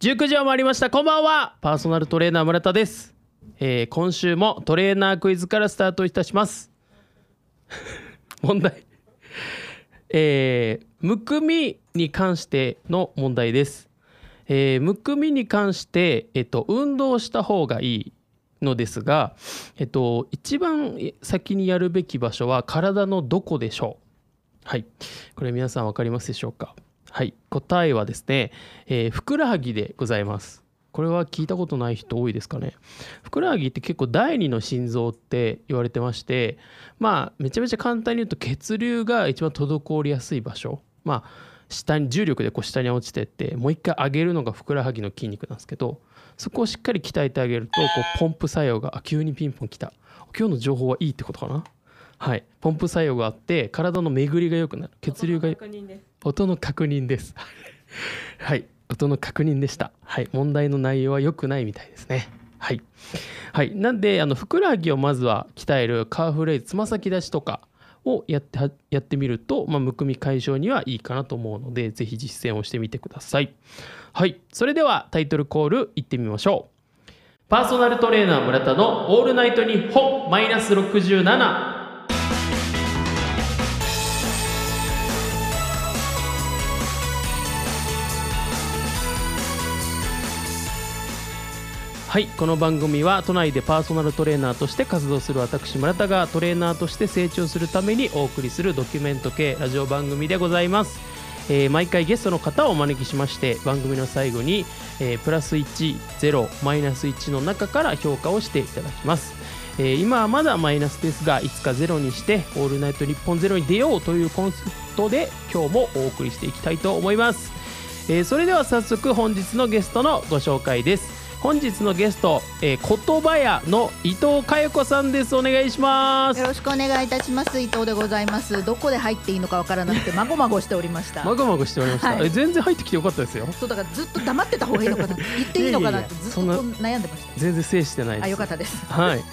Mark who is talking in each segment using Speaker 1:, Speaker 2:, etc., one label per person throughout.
Speaker 1: 19時を回りましたこんばんはパーソナルトレーナー村田です、えー今週もトレーナークイズからスタートいたします 問題えーむくみに関しての問題です、えーむくみに関して、えっと運動した方がいいのですが、えっと一番先にやるべき場所は体のどこでしょうはいこれ皆さん分かりますでしょうかはい答えはですね、えーふくらはぎでございますこれは聞いたことない人多いですかねふくらはぎって結構第二の心臓って言われてましてまあめちゃめちゃ簡単に言うと血流が一番滞りやすい場所まあ下に重力でこう下に落ちてってもう一回上げるのがふくらはぎの筋肉なんですけどそこをしっかり鍛えてあげるとこうポンプ作用があ急にピンポンきた今日の情報はいいってことかなはいポンプ作用があって体の巡りが良くなる血流が
Speaker 2: 確認です
Speaker 1: 音の確認です。 はい、音の確認でした。はい、問題の内容は良くないみたいですね。はい、はい、なんであのふくらはぎをまずは鍛えるカーフレイズつま先立ちとかをやってはやってみると、まあ、むくみ解消にはいいかなと思うのでぜひ実践をしてみてください。はい、それではタイトルコールいってみましょう。パーソナルトレーナー村田のオールナイトニッポンマイナス67。はいこの番組は都内でパーソナルトレーナーとして活動する私村田がトレーナーとして成長するためにお送りするドキュメント系ラジオ番組でございます、えー毎回ゲストの方をお招きしまして番組の最後に、えープラス10マイナス1の中から評価をしていただきますえー今はまだマイナスですがいつかゼロにして「オールナイト日本ゼロに出ようというコンセプトで今日もお送りしていきたいと思いますえーそれでは早速本日のゲストのご紹介です本日のゲスト、えー言葉屋の伊藤佳代子さんですお願いします
Speaker 3: よろしくお願いいたします伊藤でございますどこで入っていいのかわからなくてまごまごしておりました
Speaker 1: まごまごしておりました、
Speaker 3: はい
Speaker 1: え全然入ってきてよかったですよ
Speaker 3: そうだからずっと黙ってた方がいいのか な言っていいのかなって
Speaker 1: いやいやいやそ
Speaker 3: ずっと
Speaker 1: んな
Speaker 3: 悩んでました
Speaker 1: 全然制してないです
Speaker 3: あよかったです
Speaker 1: はい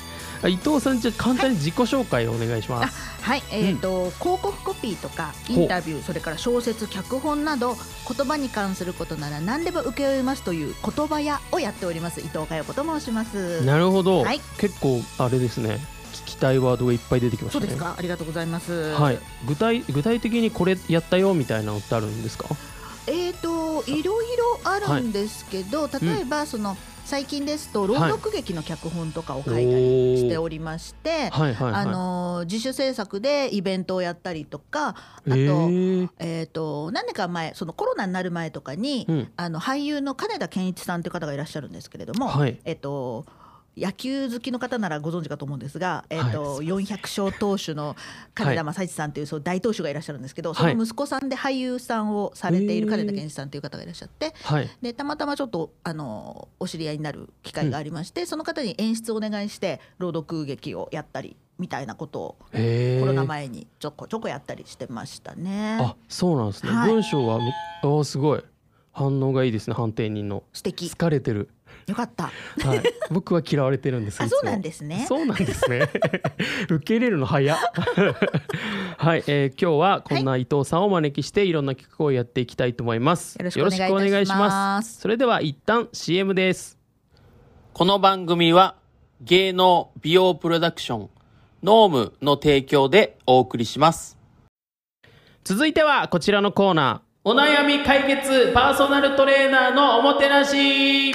Speaker 1: あ伊藤さんじゃあ簡単に自己紹介をお願いします
Speaker 3: はいえっ、と、広告コピーとかインタビューそれから小説脚本など言葉に関することなら何でも請け負いますという言葉屋をやっております伊藤佳代子と申します
Speaker 1: なるほど、
Speaker 3: はい
Speaker 1: 結構あれですね聞きたいワードがいっぱい出てきまし
Speaker 3: そ
Speaker 1: た
Speaker 3: う
Speaker 1: ね
Speaker 3: ですかありがとうございます
Speaker 1: はい具体具体的にこれやったよみたいなのってあるんですか
Speaker 3: えー、といろいろあるんですけど、例えばその、最近ですと朗読劇の脚本とかを書いたりしておりまして、
Speaker 1: はいはいはい
Speaker 3: あのー自主制作でイベントをやったりとかあと,、
Speaker 1: え
Speaker 3: えー
Speaker 1: ー
Speaker 3: と何年か前そのコロナになる前とかに、
Speaker 1: うん
Speaker 3: あの俳優の金田健一さんという方がいらっしゃるんですけれども、
Speaker 1: はい
Speaker 3: えー、と野球好きの方ならご存知かと思うんですが、えーと
Speaker 1: は
Speaker 3: 400勝投手の金田正一さんというそう大投手がいらっしゃるんですけど、
Speaker 1: はい
Speaker 3: その息子さんで俳優さんをされている金田健一さんという方がいらっしゃって。
Speaker 1: はい
Speaker 3: でたまたまちょっとあのお知り合いになる機会がありまして、その方に演出をお願いして朗読劇をやったりみたいなことを
Speaker 1: えー
Speaker 3: コロナ前にちょこちょこやったりしてましたね。
Speaker 1: あ、そうなんですね。
Speaker 3: はい
Speaker 1: 文章はむ、ああ、すごい。反応がいいですね、判定人の。
Speaker 3: 素敵
Speaker 1: 好かれてる。
Speaker 3: よかった。
Speaker 1: はい。僕は嫌われてるんです。
Speaker 3: あ
Speaker 1: いつも
Speaker 3: そうなんですね。
Speaker 1: そうなんですね。 受け入れるの早っ。 はい、えー今日はこんな伊藤さんをお招きして、いろんな企画をやっていきたいと思います。
Speaker 3: よろしくお願いいた
Speaker 1: よろ
Speaker 3: します
Speaker 1: くおそれでは一旦 CM です。この番組は芸能美容プロダクションノームの提供でお送りします。続いてはこちらのコーナー。お悩み解決パーソナルトレーナーのおもてなし。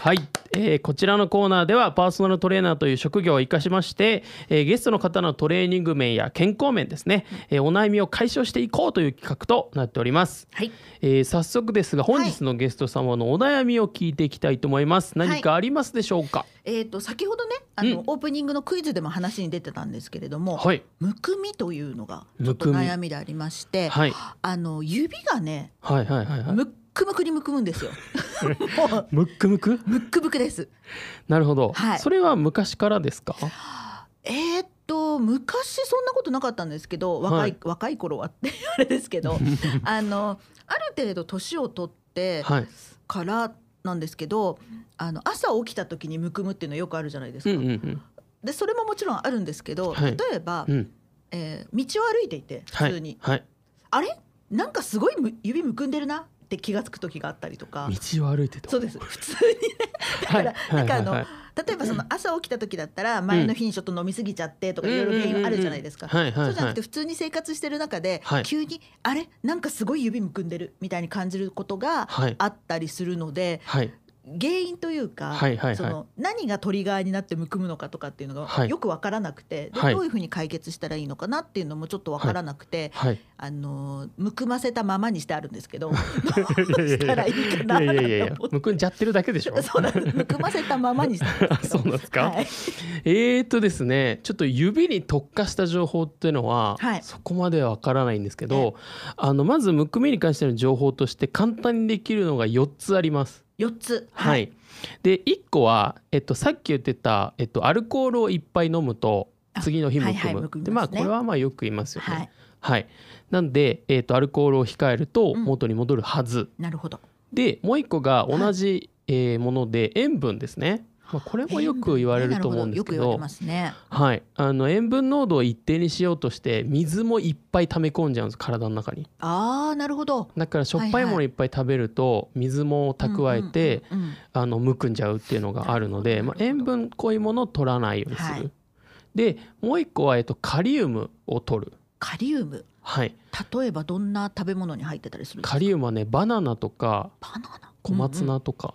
Speaker 1: はい、えーこちらのコーナーではパーソナルトレーナーという職業を生かしまして、えーゲストの方のトレーニング面や健康面ですね、えーお悩みを解消していこうという企画となっております、
Speaker 3: はい。
Speaker 1: えー早速ですが本日のゲスト様のお悩みを聞いていきたいと思います、
Speaker 3: い
Speaker 1: 何かありますでしょうか
Speaker 3: えっ、と先ほどねあの、
Speaker 1: うん
Speaker 3: オープニングのクイズでも話に出てたんですけれども、
Speaker 1: はい
Speaker 3: むくみというのがちょ
Speaker 1: む
Speaker 3: っと
Speaker 1: くみ
Speaker 3: 悩みでありまして、
Speaker 1: はい
Speaker 3: あの指がね
Speaker 1: はいはいはいはい
Speaker 3: むっくむくにむくむんです よ。もう
Speaker 1: むっくむく
Speaker 3: むっくむくです。
Speaker 1: なるほど、
Speaker 3: はい
Speaker 1: それは昔からです か
Speaker 3: えーっと昔そんなことなかったんですけど若い、
Speaker 1: はい
Speaker 3: 若い頃はって あれですけどあのある程度年を取って
Speaker 1: はい
Speaker 3: からなんですけど、あの朝起きた時にむくむっていうのよくあるじゃないです
Speaker 1: う
Speaker 3: か。
Speaker 1: んうんうん
Speaker 3: でそれももちろんあるんですけど、
Speaker 1: はい
Speaker 3: 例えば、
Speaker 1: うん
Speaker 3: えー道を歩いていて
Speaker 1: は
Speaker 3: 普通に、
Speaker 1: いはい
Speaker 3: あれなんかすごいむ指むくんでるなって気がつく時があったりとか。
Speaker 1: 道を歩いてと
Speaker 3: そう です普通にねだから、
Speaker 1: はい
Speaker 3: なんかあの、
Speaker 1: はいは
Speaker 3: 例えばその朝起きた時だったら前の日にちょっと飲み過ぎちゃってとかいろいろ原因あるじゃないですか、
Speaker 1: うんうんうんうんはいはいはい
Speaker 3: そうじゃなくて普通に生活してる中で、
Speaker 1: はい
Speaker 3: 急にあれなんかすごい指むくんでるみたいに感じることが
Speaker 1: はい
Speaker 3: あったりするので、
Speaker 1: はい
Speaker 3: 原因というか、
Speaker 1: はいはいはい
Speaker 3: その何がトリガーになってむくむのかとかっていうの
Speaker 1: は
Speaker 3: が
Speaker 1: い
Speaker 3: よくわからなくて、で
Speaker 1: はい
Speaker 3: どういうふうに解決したらいいのかなっていうのもちょっとわからなくて、
Speaker 1: はい
Speaker 3: あのーむくませたままにしてあるんですけどどうしたらいいかなと
Speaker 1: やいやいやいや
Speaker 3: 思って
Speaker 1: むくんじゃってるだけでしょ
Speaker 3: そうなんですむくませたままにしてあるんですけど
Speaker 1: そうなんですか
Speaker 3: はい
Speaker 1: えーとですねちょっと指に特化した情報っていうのは、
Speaker 3: はい
Speaker 1: そこまではわからないんですけどあのまずむくみに関しての情報として簡単にできるのが4つあります。
Speaker 3: 四つ
Speaker 1: はい、で1個は、えっと、さっき言ってた、えっと、アルコールをいっぱい飲むと
Speaker 3: あ
Speaker 1: 次の日むくむ,、
Speaker 3: はいはいむくみます
Speaker 1: でま
Speaker 3: ね
Speaker 1: あこれはまあよく言いますよね。
Speaker 3: は
Speaker 1: はいいなんで、えっと、アルコールを控えると
Speaker 3: うん
Speaker 1: 元に戻るはず、
Speaker 3: なるほど
Speaker 1: でもう1個が同じ、えーもので塩分ですね。まあ、これもよく言われると思うんですけ
Speaker 3: なるほよく言われ
Speaker 1: ど
Speaker 3: ますね
Speaker 1: はい、あの塩分濃度を一定にしようとして水もいっぱい溜め込んじゃうんです体の中に
Speaker 3: ああなるほど
Speaker 1: だからしょっぱ
Speaker 3: はい
Speaker 1: い
Speaker 3: はい
Speaker 1: ものいっぱい食べると水も蓄えて、
Speaker 3: うんうんうんうん
Speaker 1: あのむくんじゃうっていうのがあるの
Speaker 3: な
Speaker 1: で、
Speaker 3: るほ
Speaker 1: ま
Speaker 3: ど
Speaker 1: あ、塩分濃いものを取らないようにする、
Speaker 3: はい
Speaker 1: でもう一個は、えっと、カリウムを取る、
Speaker 3: カリウム
Speaker 1: はい、
Speaker 3: 例えばどんな食べ物に入ってたりするんですか
Speaker 1: カリウムはねバナナとか
Speaker 3: バナナ
Speaker 1: 小松
Speaker 3: うんうん
Speaker 1: 菜とか、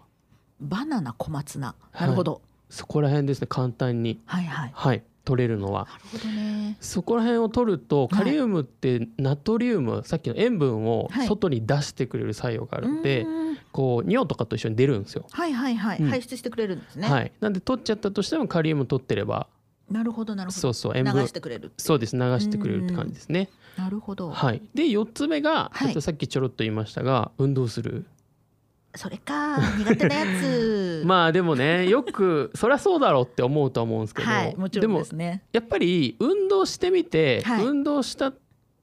Speaker 3: バナナ小松菜なるほど
Speaker 1: そこら辺ですね簡単に、
Speaker 3: はいはい
Speaker 1: はい、取れるのは
Speaker 3: なるほどね
Speaker 1: そこら辺を取ると
Speaker 3: はい
Speaker 1: カリウムってナトリウム、さっきの塩分を
Speaker 3: はい
Speaker 1: 外に出してくれる作用があるので、
Speaker 3: うん
Speaker 1: こう尿とかと一緒に出るんですよ。
Speaker 3: はいはいはい
Speaker 1: うん
Speaker 3: 排出してくれるんですね
Speaker 1: はい、なんで取っちゃったとしてもカリウム取ってれば
Speaker 3: なるほどなるほ
Speaker 1: そ
Speaker 3: ど
Speaker 1: うそう
Speaker 3: 流
Speaker 1: 塩分
Speaker 3: してくれる
Speaker 1: そうです流してくれるって感じですね。
Speaker 3: なるほど
Speaker 1: はい、で4つ目が、
Speaker 3: はい
Speaker 1: えっと、さっきちょろっと言いましたが運動する
Speaker 3: それか苦手なやつ
Speaker 1: まあでも ねよくそりゃそうだろうって思うとは思うんですけど、
Speaker 3: はいもちろんですね
Speaker 1: やっぱり運動してみて、
Speaker 3: はい
Speaker 1: 運動した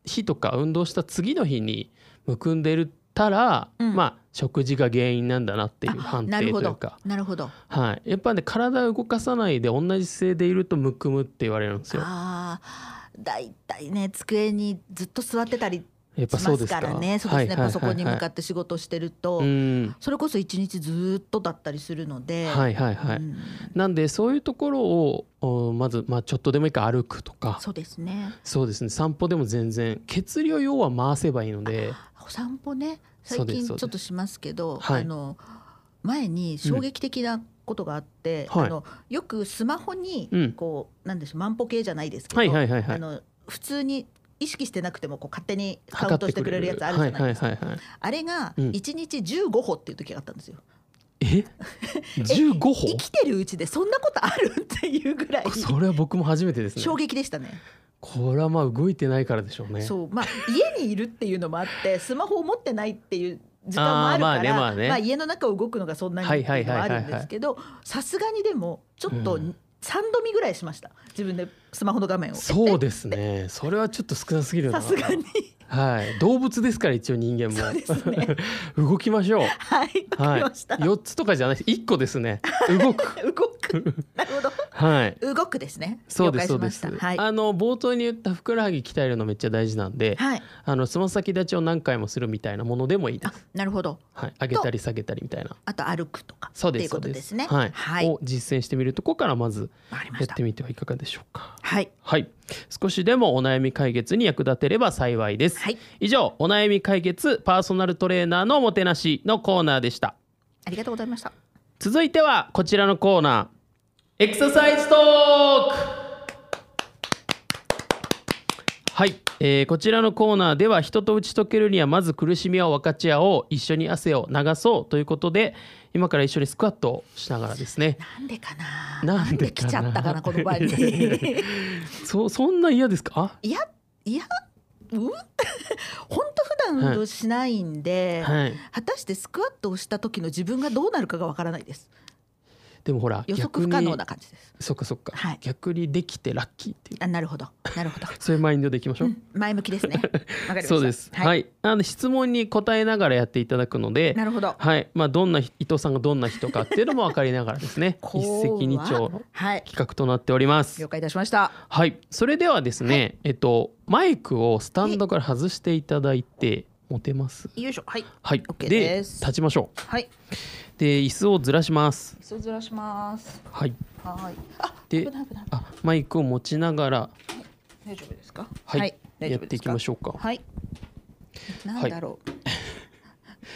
Speaker 1: 日とか運動した次の日にむくんでるたら、
Speaker 3: うん
Speaker 1: まあ食事が原因なんだなっていう判
Speaker 3: な
Speaker 1: 定
Speaker 3: るほ
Speaker 1: とい
Speaker 3: ど
Speaker 1: うか、
Speaker 3: なるほど
Speaker 1: はい、やっぱね体を動かさないで同じ姿勢でいるとむくむって言われるんですよ。
Speaker 3: ああだいたいね机にずっと座ってたり
Speaker 1: やっぱ
Speaker 3: し
Speaker 1: そ
Speaker 3: ま
Speaker 1: うですすか
Speaker 3: からねそうですねパソコンに向か
Speaker 1: っ
Speaker 3: って仕事してると、
Speaker 1: うん
Speaker 3: それこそ一日ずっとだったりするので、
Speaker 1: はいはいはい、
Speaker 3: うん
Speaker 1: なんでそういうところをおまず、まあ、ちょっとでもいいから歩くとか
Speaker 3: そうですね
Speaker 1: そうですね散歩でも全然血流を要は回せばいいので
Speaker 3: お散歩ね
Speaker 1: そ
Speaker 3: 最
Speaker 1: うです
Speaker 3: 近ち
Speaker 1: そう
Speaker 3: ょっ
Speaker 1: です
Speaker 3: としますけど
Speaker 1: はい
Speaker 3: あの前に衝撃的なことがあって、
Speaker 1: うんはい
Speaker 3: あのよくスマホに
Speaker 1: うん
Speaker 3: こう、なんでしょう万歩計じゃないですけど、
Speaker 1: はいはいはいは
Speaker 3: あ
Speaker 1: い
Speaker 3: の普通に意識してなくてもこう勝手にカウントしてくれるやつあるじゃないですか、
Speaker 1: はいはいはいはい
Speaker 3: あれが
Speaker 1: うん
Speaker 3: 1日15歩っていう時があったんですよ。
Speaker 1: え 15歩
Speaker 3: 生きてるうちでそんなことあるっていうぐらい
Speaker 1: それは僕も初めてですね
Speaker 3: 衝撃でしたね。
Speaker 1: これはまあ動いてないからでしょうね
Speaker 3: そうまあ家にいるっていうのもあってスマホを持ってないっていう時間もある
Speaker 1: あーまあ
Speaker 3: か
Speaker 1: ね
Speaker 3: ら
Speaker 1: まあね
Speaker 3: まあ家の中を動くのがそんなにっていうのもあるんですけどさすがにでもちょっと
Speaker 1: うん
Speaker 3: 3度見ぐらいしました自分でスマホの画面を。
Speaker 1: そうですねそれはちょっと少なすぎるな
Speaker 3: さすがに
Speaker 1: はい動物ですから一応人間も
Speaker 3: そうですね
Speaker 1: 動きましょう
Speaker 3: はいわか
Speaker 1: はい
Speaker 3: りました。
Speaker 1: 四つとかじゃない一個ですね動く
Speaker 3: 動くなるほど
Speaker 1: はい
Speaker 3: 動くですね。
Speaker 1: そうですそ
Speaker 3: 了
Speaker 1: うで
Speaker 3: 解し
Speaker 1: す、
Speaker 3: ましたはい。
Speaker 1: あの冒頭に言ったふくらはぎ鍛えるのめっちゃ大事なんで、
Speaker 3: はい。
Speaker 1: あのつま先立ちを何回もするみたいなものでもいいで
Speaker 3: あ
Speaker 1: す、
Speaker 3: なるほど。
Speaker 1: はい、上げたり下げたりみたいな
Speaker 3: あと歩くとか。
Speaker 1: そうです
Speaker 3: っていうこと
Speaker 1: そう
Speaker 3: ですね。
Speaker 1: はい、
Speaker 3: はい。わ
Speaker 1: を実践してみるとこからまず
Speaker 3: かりま
Speaker 1: や
Speaker 3: し
Speaker 1: ったて。みてはいかがでしょうか
Speaker 3: はい。
Speaker 1: はい少しでもお悩み解決に役立てれば幸いです、
Speaker 3: はい。
Speaker 1: 以上お悩み解決パーソナルトレーナーのおもてなしのコーナーでした
Speaker 3: ありがとうございました。
Speaker 1: 続いてはこちらのコーナーエクササイズトークはい、えーこちらのコーナーでは人と打ち解けるにはまず苦しみを分かち合おう一緒に汗を流そうということで今から一緒にスクワットをしながらですね
Speaker 3: なんでかな。
Speaker 1: なんでかな
Speaker 3: 来ちゃったかなこの場に。
Speaker 1: いやいやいそそんな嫌ですか
Speaker 3: いやいや。うん 本当普段運動しないんで、
Speaker 1: はい
Speaker 3: 果たしてスクワットをした時の自分がどうなるかがわからないです
Speaker 1: でもほら
Speaker 3: 予測
Speaker 1: 逆
Speaker 3: 不
Speaker 1: に
Speaker 3: 可能な感じです
Speaker 1: そっかそっか、
Speaker 3: はい
Speaker 1: 逆にできてラッキーっていう
Speaker 3: あなるほど なるほど、
Speaker 1: そういうマインドでいきましょ
Speaker 3: う
Speaker 1: う、
Speaker 3: ん、前向きですねわかりました
Speaker 1: そうですはい、あの質問に答えながらやっていただくので
Speaker 3: なるほど
Speaker 1: はい、まあどんな人伊藤さんがどんな人かっていうのも分かりながらですね一
Speaker 3: 怖
Speaker 1: 石二鳥の
Speaker 3: はい
Speaker 1: 企画となっております
Speaker 3: 了。解いたしました
Speaker 1: はい、それではですね、えっとマイクをスタンドから外していただいて、持てます
Speaker 3: よいしょはい
Speaker 1: はい、で
Speaker 3: OK です
Speaker 1: 立ちましょう
Speaker 3: はい
Speaker 1: で椅子をずらします
Speaker 3: 椅子ずらします
Speaker 1: はい
Speaker 3: はーいあ
Speaker 1: で
Speaker 3: 危ない危ない
Speaker 1: あマイクを持ちながら
Speaker 3: 大丈夫ですか
Speaker 1: はい、
Speaker 3: 大丈
Speaker 1: やっ
Speaker 3: 夫ですか
Speaker 1: ていきましょうか
Speaker 3: はいなんだろ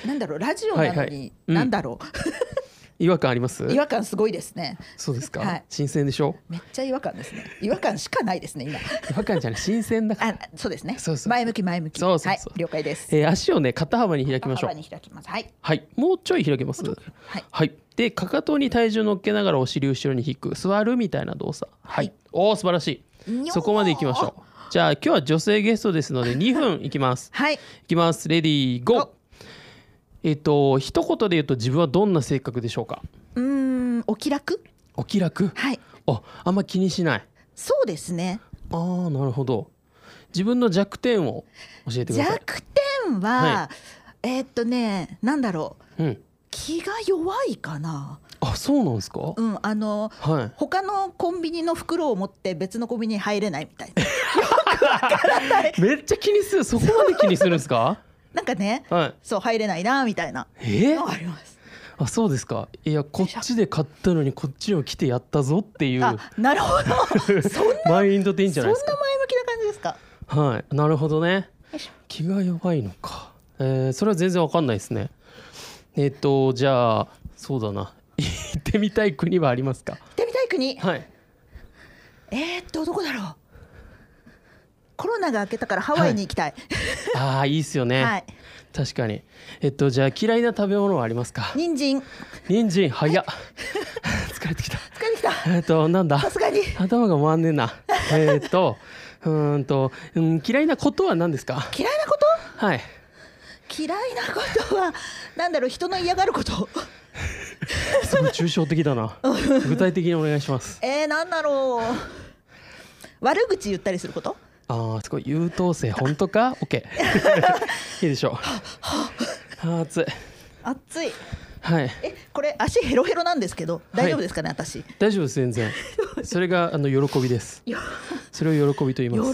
Speaker 3: う なんだろうラジオなの
Speaker 1: はいは
Speaker 3: に
Speaker 1: いうん
Speaker 3: なんだろ
Speaker 1: 違和感あります
Speaker 3: う違和感すごいですね
Speaker 1: そうですか、
Speaker 3: はい
Speaker 1: 新鮮でしょ
Speaker 3: めっちゃ違和感ですね違和感しかないですね 今
Speaker 1: 違和感じゃない新鮮だから
Speaker 3: あそうですね
Speaker 1: そうそう
Speaker 3: 前向き前向き
Speaker 1: そうそうそう
Speaker 3: はい了解です
Speaker 1: えー足をね肩幅に開きましょう
Speaker 3: 肩幅に開きますはい
Speaker 1: はいもうちょい開けます
Speaker 3: はい
Speaker 1: はいでかかとに体重乗っけながらお尻後ろに引く座るみたいな動作はい、
Speaker 3: はい
Speaker 1: おお素晴らし
Speaker 3: に
Speaker 1: い
Speaker 3: ょー
Speaker 1: そこまでいきましょうじゃあ今日は女性ゲストですの で2分いきます
Speaker 3: はい
Speaker 1: いきますレディーゴー
Speaker 3: ゴ
Speaker 1: えっ、と一言で言うと自分はどんな性格でしょうか
Speaker 3: うーんお気楽
Speaker 1: お気楽
Speaker 3: はい
Speaker 1: ああんま気にしない
Speaker 3: そうですね
Speaker 1: あーなるほど自分の弱点を教えてください
Speaker 3: 弱点は、えーっとねなんだろう
Speaker 1: うん
Speaker 3: 気が弱いかな
Speaker 1: あそうなんですか、
Speaker 3: うんあの
Speaker 1: はい
Speaker 3: 他のコンビニの袋を持って別のコンビニに入れないみたいな
Speaker 1: めっちゃ気にするそこまで気にするんです か
Speaker 3: なんかね
Speaker 1: はい
Speaker 3: そう入れないなみたいな
Speaker 1: え
Speaker 3: のがあります
Speaker 1: あそうですかいやこっちで買ったのにこっちを来てやったぞっていう
Speaker 3: あなるほどそんな
Speaker 1: マインドでいいんじ
Speaker 3: そ
Speaker 1: ゃ
Speaker 3: ん
Speaker 1: なですか
Speaker 3: ない前向きな感じですか
Speaker 1: はいなるほどね
Speaker 3: よいしょ
Speaker 1: 気が弱いのか、えー、それは全然わかんないですねえっ、とじゃあそうだな 行ってみたい国はありますか
Speaker 3: 行ってみたい国
Speaker 1: はい
Speaker 3: えー、っとどこだろうコロナが明けたからハワイに行きたい、
Speaker 1: あーいいっすよ
Speaker 3: は
Speaker 1: ね、
Speaker 3: い
Speaker 1: 確かにえっとじゃあ嫌いな食べ物はありますか
Speaker 3: 人参疲
Speaker 1: 人参早っ 疲れてきた
Speaker 3: れてきた
Speaker 1: えっとなんだ
Speaker 3: さすがに
Speaker 1: 頭が回んねえな。 えーっと、うーんと、うん、嫌いなことは何ですか。
Speaker 3: 嫌いなこと
Speaker 1: はい。
Speaker 3: 嫌いなことはなんだろう人の嫌がること
Speaker 1: すごい抽象的だな。具体的にお願いします。
Speaker 3: えー、なんだろう悪口言ったりすること
Speaker 1: ああ、すごい優等生、本当か、オッケー。いいでしょう。あー暑い。
Speaker 3: 熱い
Speaker 1: はい。
Speaker 3: えこれ足ヘロヘロなんですけど
Speaker 1: はい
Speaker 3: 大丈夫ですかね、私
Speaker 1: 大丈夫です、全然。それが、あの、喜びです。
Speaker 3: よ
Speaker 1: それを喜びと言い
Speaker 3: 喜
Speaker 1: ます。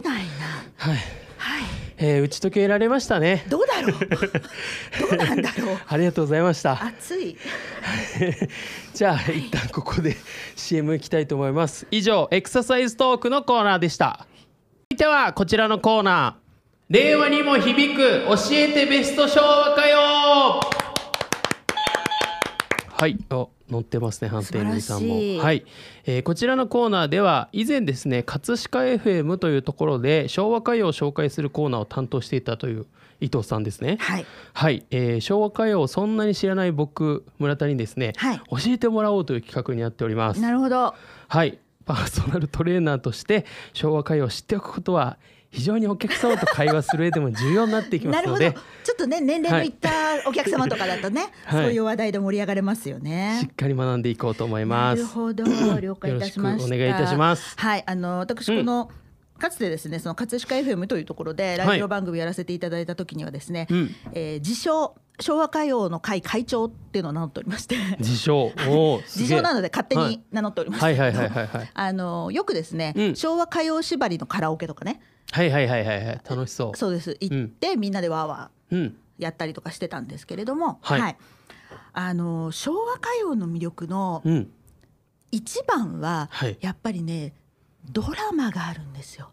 Speaker 3: べないな
Speaker 1: はい。
Speaker 3: はい
Speaker 1: えー、打ち解けられましたね。
Speaker 3: どうだ ろうどうなんだろう
Speaker 1: ありがとうございました。
Speaker 3: 熱い
Speaker 1: じゃあ一旦ここで CM 行きたいと思います以上エクササイズトークのコーナーでした続いてはこちらのコーナー令和にも響く教えてベスト昭和歌謡はい、あ乗ってますね、判定人さん
Speaker 3: 素晴らしい
Speaker 1: も。はい、えーこちらのコーナーでは以前ですね、葛飾 FM というところで昭和歌謡を紹介するコーナーを担当していたという伊藤さんですね。
Speaker 3: はい
Speaker 1: はい、えー昭和歌謡をそんなに知らない僕村田にですね、
Speaker 3: はい
Speaker 1: 教えてもらおうという企画になっております
Speaker 3: なるほど
Speaker 1: はいパーソナルトレーナーとして昭和歌謡を知っておくことは非常にお客様と会話する上でも重要になってきま
Speaker 3: な
Speaker 1: す
Speaker 3: る
Speaker 1: の
Speaker 3: ほど
Speaker 1: で
Speaker 3: ちょっとね年齢のいったお客様とかだとね、
Speaker 1: はい
Speaker 3: そういう話題で盛り上がれますよ
Speaker 1: しっ
Speaker 3: ね
Speaker 1: かり学んでいこうと思い
Speaker 3: な
Speaker 1: ま
Speaker 3: る
Speaker 1: す
Speaker 3: ほど了解いたしました
Speaker 1: よろしくお願いいたします
Speaker 3: はいあの私この、かつてですねその葛飾 FM というところでラジオ番組やらせていただいた時にはですね、
Speaker 1: うん
Speaker 3: えー自称昭和歌謡の会会長っていうのを名乗っておりまして
Speaker 1: 自称おーすげえ
Speaker 3: 自称なので勝手
Speaker 1: は
Speaker 3: に
Speaker 1: い
Speaker 3: 名乗っておりまし
Speaker 1: は
Speaker 3: た
Speaker 1: い
Speaker 3: けど、
Speaker 1: はいはいはいはい
Speaker 3: あのよくですね、
Speaker 1: うん
Speaker 3: 昭和歌謡縛りのカラオケとかね
Speaker 1: はいはいはいはいはい楽しそう
Speaker 3: そうです行って、みんなでわーわ
Speaker 1: うん
Speaker 3: ーやったりとかしてたんですけれども、
Speaker 1: はい
Speaker 3: あの昭和歌謡の魅力の
Speaker 1: うん
Speaker 3: 一番は、
Speaker 1: はい
Speaker 3: やっぱりねドラマがあるんですよ。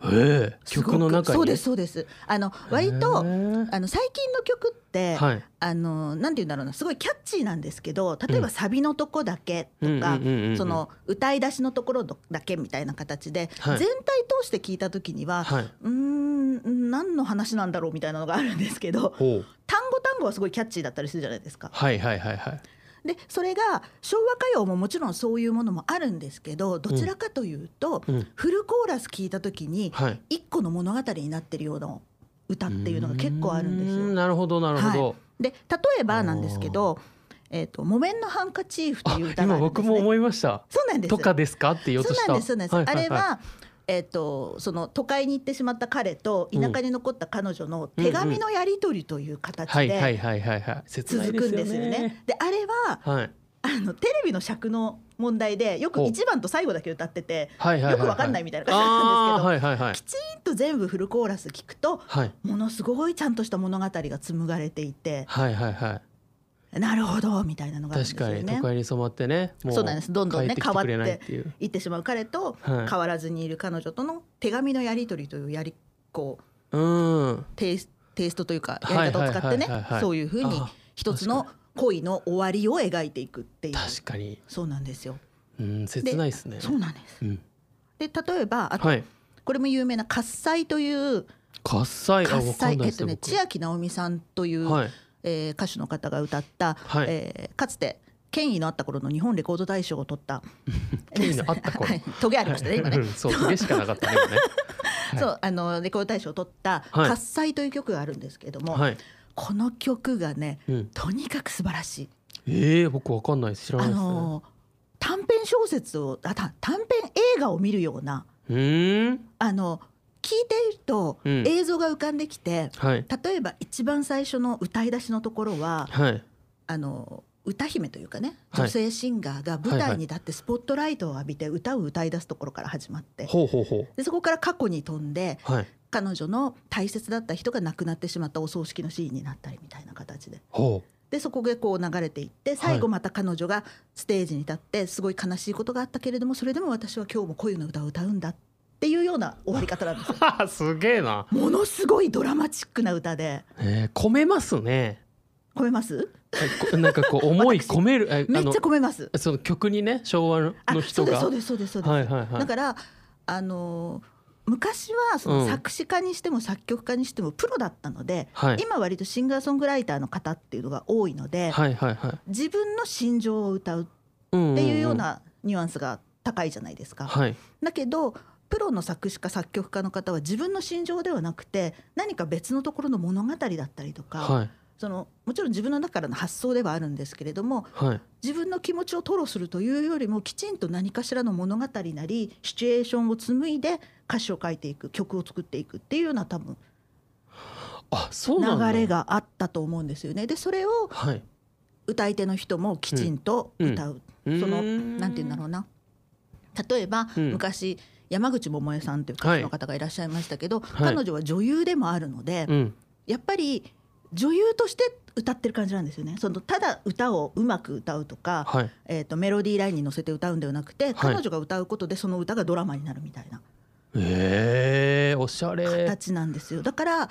Speaker 1: えー、
Speaker 3: すごく
Speaker 1: 曲の中に
Speaker 3: そうですそうですあの割と
Speaker 1: へー
Speaker 3: あの最近の曲って、
Speaker 1: はい
Speaker 3: あのなんて言うんだろうなすごいキャッチーなんですけど例えばサビのとこだけとか
Speaker 1: うんうんうんうんうん
Speaker 3: その歌い出しのところだけみたいな形で、
Speaker 1: はい
Speaker 3: 全体通して聞いた時には、
Speaker 1: はいう
Speaker 3: ーん何の話なんだろうみたいなのがあるんですけど
Speaker 1: おう
Speaker 3: 単語単語はすごいキャッチーだったりするじゃないですか。
Speaker 1: はいはいはいはい
Speaker 3: でそれが昭和歌謡ももちろんそういうものもあるんですけどどちらかというと、
Speaker 1: うん
Speaker 3: フルコーラス聞いた時に
Speaker 1: はい
Speaker 3: 一個の物語になってるような歌っていうのが結構あるんです
Speaker 1: うー
Speaker 3: よ。
Speaker 1: なるほどなるほど、
Speaker 3: はいで例えばなんですけど「えー、と木綿のハンカチーフ」っていう
Speaker 1: あ
Speaker 3: 歌があ
Speaker 1: 今
Speaker 3: るんで
Speaker 1: 僕
Speaker 3: す、ね、
Speaker 1: も思いました。
Speaker 3: そうなんです
Speaker 1: とかですかって言おうとした。
Speaker 3: そうなんですそうなんです、
Speaker 1: はいはい
Speaker 3: あれは、えー、とその都会に行ってしまった彼と田舎に残った彼女の手紙のやり取りという形
Speaker 1: はいはい
Speaker 3: で
Speaker 1: はいはいはい。切な
Speaker 3: 続
Speaker 1: い
Speaker 3: くんですよね。
Speaker 1: よね。
Speaker 3: であれは
Speaker 1: はい。
Speaker 3: ああのテレビの尺の問題でよく
Speaker 1: ほう
Speaker 3: 1番と最後だけ歌ってて
Speaker 1: はいはいはいはい
Speaker 3: よくわかんないみたいな感じなん
Speaker 1: あ
Speaker 3: ですけ
Speaker 1: あ
Speaker 3: ど、
Speaker 1: はいはいはい
Speaker 3: きちんと全部フルコーラス聞くと
Speaker 1: はい
Speaker 3: ものすごいちゃんとした物語が紡がれていて
Speaker 1: はいはいはい
Speaker 3: なるほどみたいなのがあるんで
Speaker 1: 確
Speaker 3: すよ
Speaker 1: かに
Speaker 3: ね
Speaker 1: 都。会に染まってねも
Speaker 3: そうなんですどんどん
Speaker 1: 帰っ
Speaker 3: ね
Speaker 1: てきてくれないっていう
Speaker 3: 行ってしまう彼と
Speaker 1: は
Speaker 3: 変
Speaker 1: い
Speaker 3: わらずにいる彼女との手紙のやり取りというやりこう
Speaker 1: うん
Speaker 3: テイステイストというかやり方を使っ
Speaker 1: は
Speaker 3: てね
Speaker 1: いはいはいはいはい
Speaker 3: そういうふうに
Speaker 1: あ
Speaker 3: 一つの
Speaker 1: 確
Speaker 3: 恋の終わりを描いていくっていう
Speaker 1: 確かに
Speaker 3: そうなんですよ。
Speaker 1: うん切ないですね
Speaker 3: そうなんです
Speaker 1: うん
Speaker 3: で例えばあと
Speaker 1: はい
Speaker 3: これも有名な「喝采」という
Speaker 1: 喝采あ
Speaker 3: 喝
Speaker 1: わか
Speaker 3: 采
Speaker 1: んないで
Speaker 3: えっ
Speaker 1: す
Speaker 3: と
Speaker 1: ね
Speaker 3: ね千秋直美さんという、
Speaker 1: 僕はい
Speaker 3: えー歌手の方が歌った、
Speaker 1: はい
Speaker 3: えーかつて権威のあった頃の日本レコード大賞を取った
Speaker 1: 権威のあった頃
Speaker 3: はいトゲありましたね今ね、
Speaker 1: うんそうトゲしかなかったね今ねはい
Speaker 3: そうあのレコード大賞を取った「
Speaker 1: はい
Speaker 3: 喝采」という曲があるんですけれども、
Speaker 1: はい
Speaker 3: この曲がね
Speaker 1: うん
Speaker 3: とにかく素晴らしい。
Speaker 1: ええ僕わかんないです知らない
Speaker 3: あ
Speaker 1: ですね
Speaker 3: のー短編小説をあた短編映画を見るような
Speaker 1: うーん
Speaker 3: あの聞いていると
Speaker 1: うん
Speaker 3: 映像が浮かんできて、
Speaker 1: はい
Speaker 3: 例えば一番最初の歌い出しのところは
Speaker 1: はい
Speaker 3: あの歌姫というかね
Speaker 1: はい
Speaker 3: 女性シンガーが舞台に立ってスポットライトを浴びて歌を歌い出すところから始まって、
Speaker 1: ほうほうほ
Speaker 3: でそこから過去に飛んで
Speaker 1: うはい
Speaker 3: 彼女の大切だった人が亡くなってしまったお葬式のシーンになったりみたいな形で
Speaker 1: ほ
Speaker 3: でそこでこう流れていって最後また彼女がステージに立ってすごい悲しいことがあったけれどもそれでも私は今日も恋の歌を歌うんだっていうような終わり方なんですよ
Speaker 1: う。ははすげえな
Speaker 3: ものすごいドラマチックな歌で
Speaker 1: えー、込めますね
Speaker 3: 込めます
Speaker 1: はいこなんかこう思い
Speaker 3: 私
Speaker 1: 込めるえ
Speaker 3: め
Speaker 1: あ
Speaker 3: っちゃ
Speaker 1: の
Speaker 3: 込めます。
Speaker 1: その曲にね昭和
Speaker 3: あ
Speaker 1: の
Speaker 3: そ
Speaker 1: 人
Speaker 3: うです
Speaker 1: が
Speaker 3: そうですそうですそうです。
Speaker 1: はいはいはい
Speaker 3: だからあのー昔はその
Speaker 1: うん
Speaker 3: 作詞家にしても作曲家にしてもプロだったので、
Speaker 1: はい
Speaker 3: 今割とシンガーソングライターの方っていうのが多いので、
Speaker 1: はいはいはい
Speaker 3: 自分の心情を歌う
Speaker 1: っ
Speaker 3: っていうようなニュアンスが高いじゃないですか。
Speaker 1: はい
Speaker 3: だけどプロの作詞家作曲家の方は自分の心情ではなくて何か別のところの物語だったりとか、
Speaker 1: はい
Speaker 3: そのもちろん自分の中からの発想ではあるんですけれども
Speaker 1: はい
Speaker 3: 自分の気持ちを吐露するというよりもきちんと何かしらの物語なりシチュエーションを紡いで歌詞を書いていく曲を作っていくっていうような多分
Speaker 1: あそうなんだ
Speaker 3: 流れがあったと思うんですよね。でそれを
Speaker 1: はい
Speaker 3: 歌い手の人もきちんと歌う、
Speaker 1: うん
Speaker 3: その
Speaker 1: うーん
Speaker 3: なんて言うんだろうな例えば、
Speaker 1: うん
Speaker 3: 昔山口百恵さんという歌手の方がいらっしゃいましたけど、
Speaker 1: はい
Speaker 3: 彼女は女優でもあるので、
Speaker 1: うん
Speaker 3: やっぱり女優として歌ってる感じなんですよね。そのただ歌をうまく歌うとか、
Speaker 1: はい
Speaker 3: えー、とメロディーラインに乗せて歌うんではなくて、彼女が歌うことでその歌がドラマになるみたいな
Speaker 1: ええおしゃれはい
Speaker 3: 形なんですよだから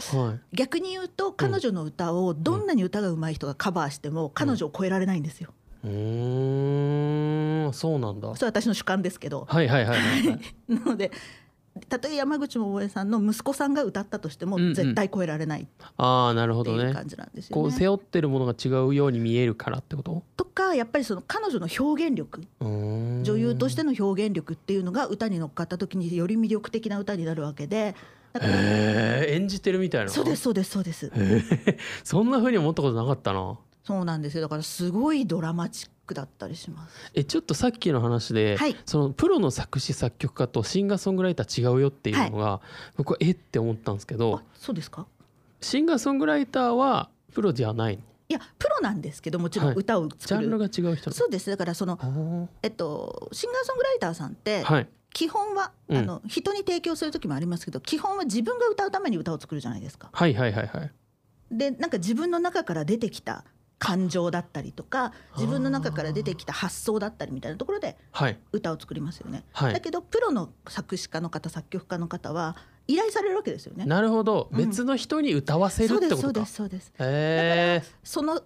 Speaker 3: 逆に言うと彼女の歌をどんなに歌が上手い人がカバーしても彼女を超えられないんですよ、
Speaker 1: うーんそうなんだ
Speaker 3: それは私の主観ですけど
Speaker 1: はいはいはいはいはい
Speaker 3: なのでたとえ山口百恵さんの息子さんが歌ったとしても
Speaker 1: うんうん
Speaker 3: 絶対超えられないっ
Speaker 1: ああなるほ
Speaker 3: て
Speaker 1: ど
Speaker 3: いう
Speaker 1: ね
Speaker 3: 感じなんですよ
Speaker 1: こう
Speaker 3: ね。
Speaker 1: 背負ってるものが違うように見えるからってこと
Speaker 3: とかやっぱりその彼女の表現力
Speaker 1: うーん
Speaker 3: 女優としての表現力っていうのが歌に乗っかった時により魅力的な歌になるわけでだから
Speaker 1: へえ演じてるみたいな
Speaker 3: そうですそうですそうです
Speaker 1: へーそんな風に思ったことなかったな
Speaker 3: そうなんですよだからすごいドラマチックだったりします
Speaker 1: えちょっとさっきの話で、
Speaker 3: はい
Speaker 1: そのプロの作詞作曲家とシンガーソングライター違うよっていうのが、僕はえって思ったんですけど
Speaker 3: あそうですか
Speaker 1: シンガーソングライターはプロじゃないの
Speaker 3: いやプロなんですけどもちろ
Speaker 1: は
Speaker 3: ん
Speaker 1: い
Speaker 3: 歌を
Speaker 1: ジ
Speaker 3: 作
Speaker 1: ャンル
Speaker 3: る、
Speaker 1: が違う人な
Speaker 3: そうですだからその、
Speaker 1: の
Speaker 3: えっと、シンガーソングライターさんって
Speaker 1: あーはい
Speaker 3: 基本は、
Speaker 1: うん
Speaker 3: あの人に提供する時もありますけど基本は自分が歌うために歌を作るじゃないですか。
Speaker 1: はいはいはいはい
Speaker 3: でなんか自分の中から出てきた感情だったりとか自分の中から出てきた発想だったりみたいなところで
Speaker 1: はい
Speaker 3: 歌を作りますよね。
Speaker 1: は
Speaker 3: だ
Speaker 1: い
Speaker 3: けどプロの作詞家の方作曲家の方は依頼されるわけですよね。
Speaker 1: なるほど、
Speaker 3: うん
Speaker 1: 別の人に歌わせる
Speaker 3: そう
Speaker 1: っ
Speaker 3: で
Speaker 1: て
Speaker 3: す
Speaker 1: こ
Speaker 3: そう
Speaker 1: と
Speaker 3: で
Speaker 1: か
Speaker 3: すそうです。
Speaker 1: へえ
Speaker 3: その例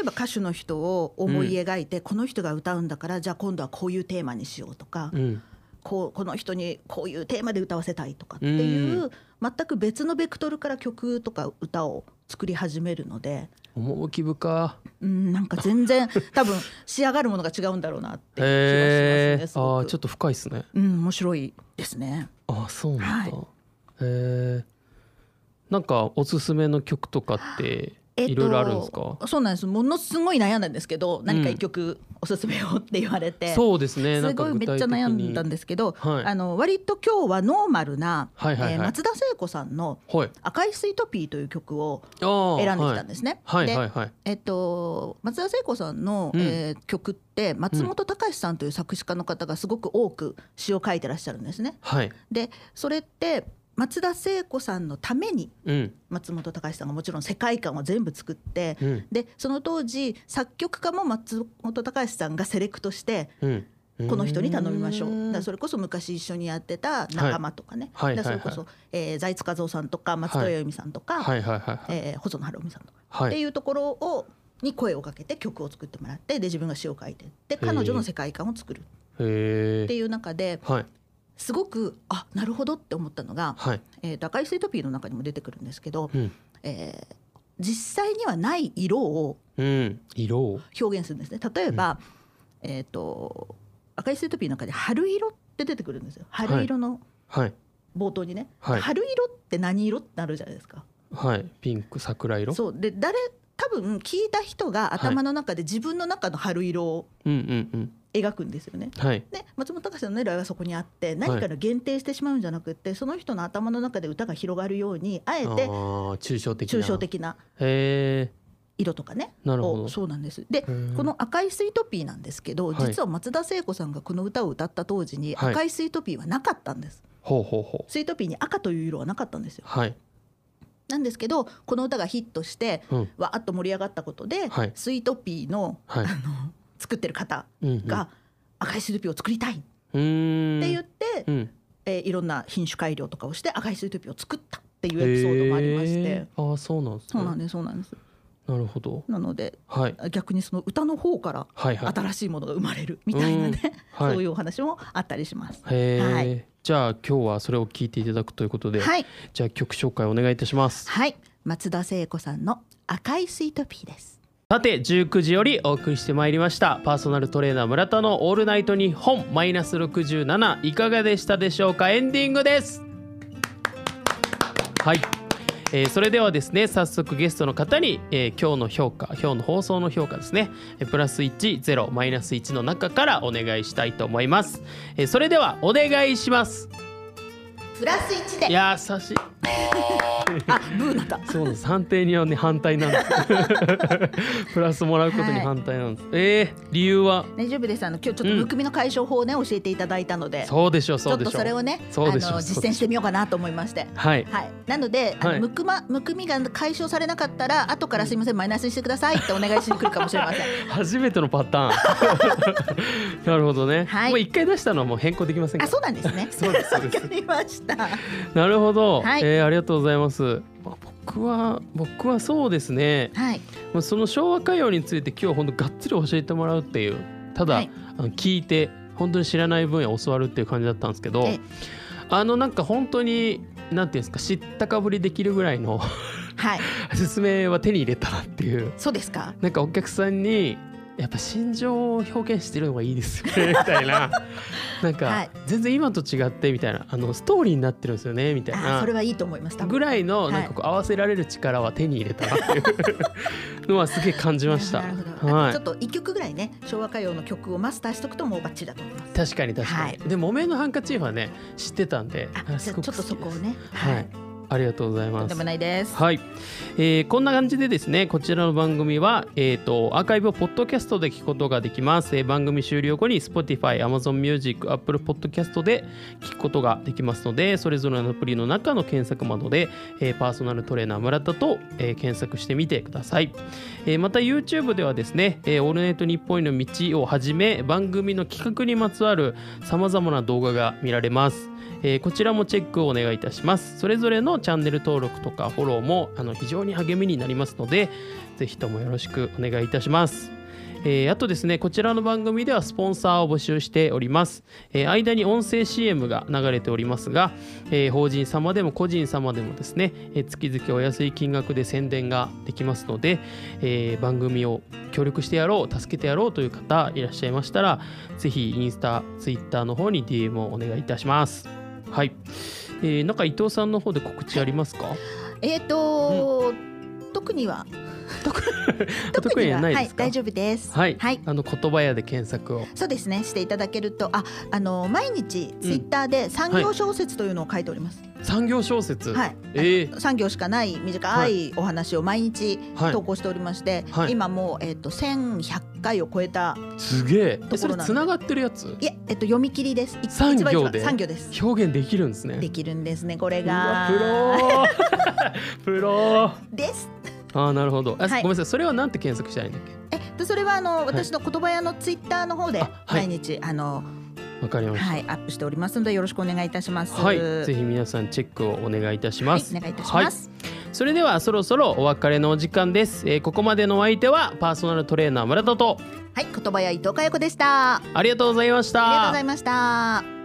Speaker 3: えば歌手の人を思い描いて、この人が歌うんだからじゃあ今度はこういうテーマにしようとか、
Speaker 1: うん
Speaker 3: こうこの人にこういうテーマで歌わせたいとかっていう、
Speaker 1: う
Speaker 3: 全く別のベクトルから曲とか歌を作り始めるので、
Speaker 1: 趣深
Speaker 3: うん、なんか 全然多分仕上がるものが違うんだろうなっていう気が
Speaker 1: へ
Speaker 3: しますね
Speaker 1: え
Speaker 3: す
Speaker 1: ああ
Speaker 3: ご
Speaker 1: ーちょっ
Speaker 3: く。
Speaker 1: と深いですね
Speaker 3: うん、面白いですね。
Speaker 1: あーそうなんだ、
Speaker 3: は
Speaker 1: へえなんかおすすめの曲とかって
Speaker 3: えっと
Speaker 1: いろいろあるんですか
Speaker 3: そうなんですものすごい悩んだんですけど何か一曲おすすめをって言われて、
Speaker 1: そうですね。
Speaker 3: すごいめっちゃ悩んだん
Speaker 1: で。
Speaker 3: ですけど、
Speaker 1: はい
Speaker 3: あの割と今日はノーマルな、
Speaker 1: はいはいはい
Speaker 3: えー松田聖子さんの
Speaker 1: はい。
Speaker 3: 「赤いスイートピー」という曲を
Speaker 1: ああ。
Speaker 3: 選んできたん
Speaker 1: す。
Speaker 3: ですね。
Speaker 1: はい
Speaker 3: で
Speaker 1: はいはい。
Speaker 3: えっと、松田聖子さんの、
Speaker 1: うん
Speaker 3: えー曲って松本隆さんという作詞家の方がすごく多く詩を書いてらっしゃるんですね。
Speaker 1: はい。
Speaker 3: でそれって松田聖子さんのために
Speaker 1: うん
Speaker 3: 松本隆さんがもちろん世界観を全部作って
Speaker 1: うん
Speaker 3: でその当時作曲家も松本隆さんがセレクトして
Speaker 1: うん。うん
Speaker 3: この人に頼みましょうだからそ
Speaker 1: れ。
Speaker 3: れこそ昔一緒にやってた仲間とかね、
Speaker 1: はい
Speaker 3: だから
Speaker 1: はいはい
Speaker 3: それこそ、えー財津和夫さんとか松任谷由実さんとか、
Speaker 1: はいはいはい
Speaker 3: えー細野晴臣さんとか、
Speaker 1: はい。
Speaker 3: っ
Speaker 1: は
Speaker 3: て
Speaker 1: い。
Speaker 3: いうところをに声をかけて曲を作ってもらってで自分が詩を書いてで彼女の世界観を作る
Speaker 1: へ
Speaker 3: って
Speaker 1: え。
Speaker 3: いう中で
Speaker 1: はい
Speaker 3: すごくあなるほどって思ったのが
Speaker 1: はい。
Speaker 3: 「えーと赤いスイートピー」の中にも出てくるんですけど、
Speaker 1: うん
Speaker 3: えー実際にはない色を
Speaker 1: うん。色を。
Speaker 3: 表現するんですね例えば、えっ、と赤いスイートピーの中で春色って出てくるんですよ春色の
Speaker 1: はい
Speaker 3: 冒頭にね、
Speaker 1: はい
Speaker 3: 春色って何色ってなるじゃないですか
Speaker 1: はい。ピンク桜色。
Speaker 3: そうで誰多分聞いた人が頭の中で自分の中の春色を
Speaker 1: うんうん
Speaker 3: 描くんですよね、
Speaker 1: うん。はい。
Speaker 3: で松本隆さんの狙いはそこにあって何から限定してしまうんじゃなくって、その人の頭の中で歌が広がるようにあえ
Speaker 1: ああ
Speaker 3: て
Speaker 1: 抽象的な。
Speaker 3: 抽象。的な
Speaker 1: へえ。
Speaker 3: 色とかね
Speaker 1: なるほど
Speaker 3: をそうなんですで
Speaker 1: うん
Speaker 3: この「赤いスイートピー」なんですけど
Speaker 1: はい
Speaker 3: 実は松田聖子さんがこの歌を歌った当時に「
Speaker 1: はい
Speaker 3: 赤いスイートピー」はなかったんです、
Speaker 1: ほうほうほう。
Speaker 3: スイートピーに赤という色はなかったんですよ
Speaker 1: はい。
Speaker 3: なんですけどこの歌がヒットして
Speaker 1: うん。
Speaker 3: わーっと盛り上がったことで、
Speaker 1: はい
Speaker 3: スイートピーの
Speaker 1: はい。
Speaker 3: 作ってる方
Speaker 1: うんうん。
Speaker 3: が「赤いスイートピーを作りたい」って
Speaker 1: うーん。
Speaker 3: 言って、
Speaker 1: うん。
Speaker 3: えーいろんな品種改良とかをして赤いスイートピーを作ったっていうエピソードもありまして、
Speaker 1: へーああそうなんです
Speaker 3: そ
Speaker 1: ね
Speaker 3: うなんですそうなんです
Speaker 1: なるほど
Speaker 3: なので
Speaker 1: はい
Speaker 3: 逆にその歌の方から
Speaker 1: はいはい
Speaker 3: 新しいものが生まれるみたいなね、
Speaker 1: うんはい
Speaker 3: そういうお話もあったりします。
Speaker 1: へえ、
Speaker 3: は
Speaker 1: じゃあ今日はそれを聞いていただくということで、
Speaker 3: はい、
Speaker 1: じゃあ曲紹介お願いいたします
Speaker 3: はい、松田聖子さんの赤いスイートピーです。
Speaker 1: さて19時よりお送りしてまいりましたパーソナルトレーナー村田の「オールナイトニッポン」マイナス67いかがでしたでしょうかエンディングですはい、えーそれではですね早速ゲストの方に、えー今日の評価今日の放送の評価ですねえープラス10マイナス1の中からお願いしたいと思います、えーそれではお願いします
Speaker 3: プラス一
Speaker 1: い
Speaker 3: で、
Speaker 1: やー優しい
Speaker 3: あ、ブーなった。
Speaker 1: そうなんです判定にはね反対なん ですプラスもらうことに反対なんです、えー理由は
Speaker 3: 大丈夫です。あの今日ちょっとむくみの解消法をね、教えていただいたので、
Speaker 1: そうでしょう
Speaker 3: ち
Speaker 1: そ
Speaker 3: ょ
Speaker 1: う
Speaker 3: っ
Speaker 1: でしょ
Speaker 3: と
Speaker 1: う
Speaker 3: それをね、あ
Speaker 1: そうでしょう
Speaker 3: の
Speaker 1: そう
Speaker 3: 実
Speaker 1: でしょう
Speaker 3: 践してみようかなと思いまして。
Speaker 1: はい
Speaker 3: はい、なので、あ
Speaker 1: は
Speaker 3: の
Speaker 1: い
Speaker 3: むくま、むくみが解消されなかったら、後からすみません、マイナスにしてくださいってお願いしに来るかもしれませ ん。
Speaker 1: 初めてのパター ンなるほどね、
Speaker 3: はい
Speaker 1: もう一回出したのはもう変更できませんか
Speaker 3: あ、
Speaker 1: ら
Speaker 3: そうなんですね。
Speaker 1: そうですそうです
Speaker 3: わかりました。
Speaker 1: なるほど、
Speaker 3: はい
Speaker 1: えーありがとうございますまあ僕は僕はそうですね
Speaker 3: はい、
Speaker 1: まあその昭和歌謡について今日本当がっつり教えてもらうっていうただ、
Speaker 3: はい
Speaker 1: あの聞いて本当に知らない分野を教わるっていう感じだったんですけど
Speaker 3: ええ
Speaker 1: あのなんか本当になんていうんですか知ったかぶりできるぐらいの
Speaker 3: はい、
Speaker 1: 説明は手に入れたなっていう
Speaker 3: そうですか。
Speaker 1: なんかお客さんにやっぱ心情を表現してるのがいいですよね みたいななんか、
Speaker 3: はい
Speaker 1: 全然今と違ってみたいなあのストーリーになってるんですよねみたい
Speaker 3: あ、
Speaker 1: な
Speaker 3: それはいいと思いました。
Speaker 1: ぐらいの
Speaker 3: はい
Speaker 1: なんかこう合わせられる力は手に入れたなって いうのはすげえ感じました。
Speaker 3: なるほどなるほど。
Speaker 1: は
Speaker 3: あ
Speaker 1: い
Speaker 3: とちょっと一曲ぐらいね、昭和歌謡の曲をマスターしとくともうバッチリだと思います。
Speaker 1: 確かに確かに、でも「木綿のハンカチーフ」はね知ってたんで
Speaker 3: あ、じ
Speaker 1: す
Speaker 3: ゃあ
Speaker 1: ごく
Speaker 3: ちょっとそこを
Speaker 1: 好きです
Speaker 3: ね。
Speaker 1: はい。ありがとうござい
Speaker 3: とん
Speaker 1: ま
Speaker 3: ですもないです。
Speaker 1: はい、えーこんな感じでですねこちらの番組は、えー、とアーカイブをポッドキャストで聞くことができます、えー番組終了後に Spotify、Amazon Music、Apple Podcast で聞くことができますのでそれぞれのアプリの中の検索窓で、えーパーソナルトレーナー村田と、えー検索してみてください、えーまた YouTube ではですね「えーオールナイトニッポンへの道」をはじめ番組の企画にまつわるさまざまな動画が見られますえーこちらもチェックをお願いいたします。それぞれのチャンネル登録とかフォローもあの非常に励みになりますので、ぜひともよろしくお願いいたします。えーあとですね、こちらの番組ではスポンサーを募集しております。えー間に音声 CM が流れておりますが、えー法人様でも個人様でもですね、えー月々お安い金額で宣伝ができますので、えー番組を協力してやろう、助けてやろうという方いらっしゃいましたら、ぜひインスタ、ツイッターの方に DM をお願いいたします。はい。えー、なんか伊藤さんの方で告知ありますか？
Speaker 3: えっ、と、特には
Speaker 1: 特
Speaker 3: 特
Speaker 1: 特
Speaker 3: に
Speaker 1: に
Speaker 3: は
Speaker 1: ない
Speaker 3: は
Speaker 1: で
Speaker 3: い
Speaker 1: すか
Speaker 3: 大丈夫です。
Speaker 1: はい、
Speaker 3: はい
Speaker 1: あの言葉屋で検索を
Speaker 3: そうですねしていただけるとああの毎日ツイッターで産業小説というのを書いております。
Speaker 1: 産業小説、
Speaker 3: はい。
Speaker 1: ええ
Speaker 3: 産業しかない短
Speaker 1: はい
Speaker 3: お話を毎日
Speaker 1: はい
Speaker 3: 投稿しておりまして、
Speaker 1: はい
Speaker 3: 今もうえっ、と1100回を超えた
Speaker 1: すげええ
Speaker 3: とこ
Speaker 1: そ
Speaker 3: ろ
Speaker 1: れ
Speaker 3: なんで
Speaker 1: つながってるやつ
Speaker 3: いええっ、と読み切りです。い
Speaker 1: 産業で
Speaker 3: 一番一番産業です。
Speaker 1: 表現できるんですね
Speaker 3: できるんですねこれ
Speaker 1: うわ
Speaker 3: が。
Speaker 1: プロープロー
Speaker 3: です。
Speaker 1: ああなるほどあ、
Speaker 3: はい
Speaker 1: ごめんなさいそれはなんて検索したらいいんだっ
Speaker 3: えっとそれはあの私の言葉屋のツイッターの方で
Speaker 1: あはい
Speaker 3: 毎日、あの
Speaker 1: けわかりました
Speaker 3: はいアップしておりますのでよろしくお願いいたします。
Speaker 1: はい、ぜひ皆さんチェックをお願いいたし
Speaker 3: は
Speaker 1: ま
Speaker 3: い
Speaker 1: す。
Speaker 3: お願いいたしま
Speaker 1: は
Speaker 3: す。
Speaker 1: いそれではそろそろお別れのお時間です。えーここまでのお相手はパーソナルトレーナー村田と
Speaker 3: はい、言葉屋伊藤佳代子でした。あり
Speaker 1: ありがとうございました。
Speaker 3: がとうございました。